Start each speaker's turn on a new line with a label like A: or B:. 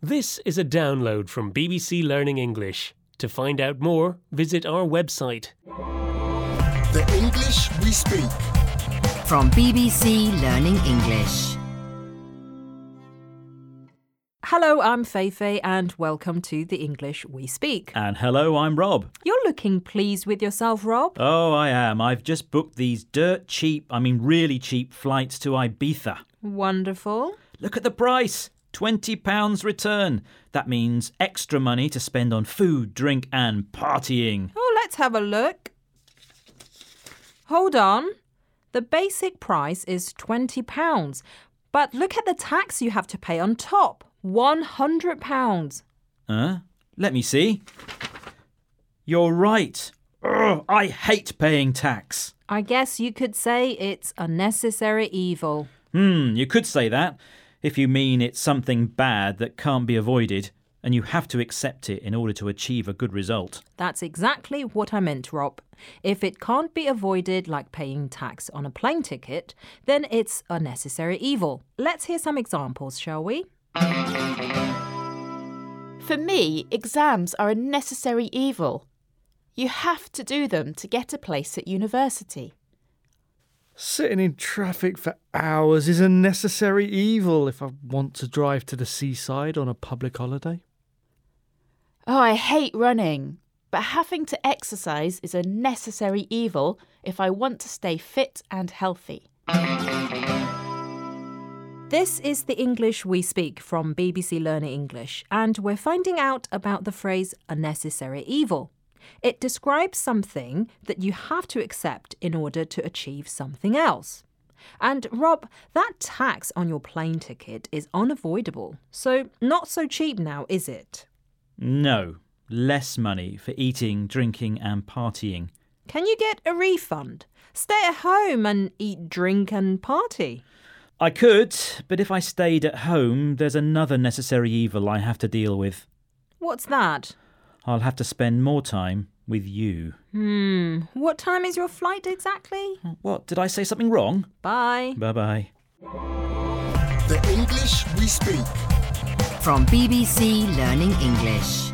A: This is a download from BBC Learning English. To find out more, visit our website.
B: The English we speak.
C: From BBC Learning English.
D: Hello, I'm Feifei, and welcome to the English We Speak.
E: And hello, I'm Rob.
D: You're looking pleased with yourself, Rob.
E: Oh, I am. I've just booked these dirt cheap, I mean really cheap flights to Ibiza.
D: Wonderful.
E: Look at the price £20 return. That means extra money to spend on food, drink, and partying.
D: Oh, let's have a look. Hold on. The basic price is £20, but look at the tax you have to pay on top £100.
E: Huh? Let me see. You're right. Ugh, I hate paying tax.
D: I guess you could say it's unnecessary evil.
E: Hmm, you could say that if you mean it's something bad that can't be avoided and you have to accept it in order to achieve a good result.
D: That's exactly what I meant, Rob. If it can't be avoided, like paying tax on a plane ticket, then it's unnecessary evil. Let's hear some examples, shall we?
F: For me, exams are a necessary evil. You have to do them to get a place at university.
G: Sitting in traffic for hours is a necessary evil if I want to drive to the seaside on a public holiday.
F: Oh, I hate running, but having to exercise is a necessary evil if I want to stay fit and healthy.
D: This is the English we speak from BBC Learning English, and we're finding out about the phrase unnecessary evil. It describes something that you have to accept in order to achieve something else. And Rob, that tax on your plane ticket is unavoidable, so not so cheap now, is it?
E: No, less money for eating, drinking, and partying.
D: Can you get a refund? Stay at home and eat, drink, and party.
E: I could, but if I stayed at home, there's another necessary evil I have to deal with.
D: What's that?
E: I'll have to spend more time with you.
D: Hmm, what time is your flight exactly?
E: What? Did I say something wrong?
D: Bye.
E: Bye bye.
B: The English we speak.
C: From BBC Learning English.